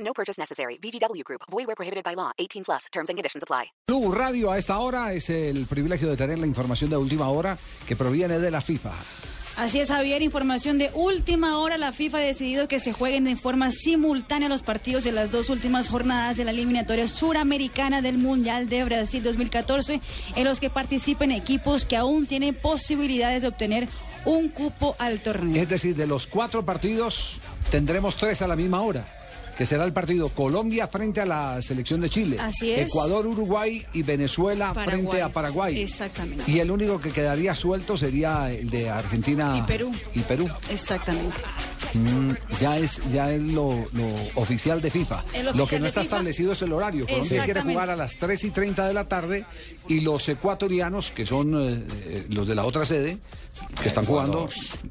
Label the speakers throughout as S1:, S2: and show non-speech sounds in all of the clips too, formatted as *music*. S1: No purchase necessary. VGW Group. Void where prohibited by law. 18 plus. Terms and conditions apply.
S2: Blue Radio a esta hora es el privilegio de tener la información de última hora que proviene de la FIFA.
S3: Así es, Javier. Información de última hora. La FIFA ha decidido que se jueguen de forma simultánea los partidos de las dos últimas jornadas de la eliminatoria suramericana del Mundial de Brasil 2014, en los que participen equipos que aún tienen posibilidades de obtener un cupo al torneo.
S2: Es decir, de los cuatro partidos tendremos tres a la misma hora, que será el partido Colombia frente a la selección de Chile,
S3: Así es.
S2: Ecuador, Uruguay y Venezuela
S3: Paraguay.
S2: frente a Paraguay.
S3: Exactamente.
S2: Y el único que quedaría suelto sería el de Argentina
S3: Y Perú.
S2: Y Perú.
S3: Exactamente.
S2: Mm, ya es ya es lo, lo oficial de FIFA.
S3: El
S2: lo que
S3: oficial
S2: no
S3: de
S2: está
S3: FIFA.
S2: establecido es el horario. Colombia quiere
S3: Exactamente.
S2: jugar a las 3 y 30 de la tarde y los ecuatorianos, que son eh, eh, los de la otra sede, que están jugando,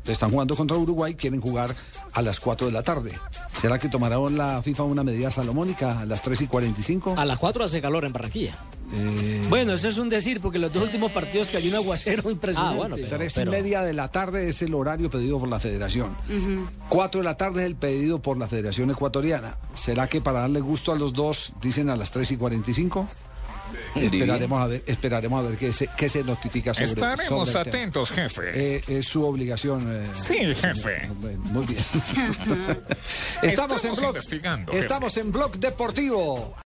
S2: están jugando contra Uruguay, quieren jugar a las 4 de la tarde. ¿Será que tomará la FIFA una medida salomónica a las 3 y 45?
S4: A las 4 hace calor en Barranquilla.
S5: Bueno, eso es un decir, porque los dos últimos partidos cayó un aguacero *laughs* impresionante.
S4: Ah, bueno, pero-
S2: Tres y media de la tarde es el horario pedido por la federación. Cuatro de la tarde es el pedido por la federación ecuatoriana. ¿Será que para darle gusto a los dos dicen a las tres y cuarenta y cinco?
S4: Eh,
S2: Esperaremos a ver, esperaremos a ver qué se, qué se notifica sobre sobre el
S6: Estaremos
S2: tema.
S6: atentos, jefe.
S2: Eh, es su obligación. eh,
S6: Sí, jefe.
S2: Muy bien.
S6: Estamos
S2: en blog,
S6: investigando, jefe.
S2: estamos en Blog Deportivo.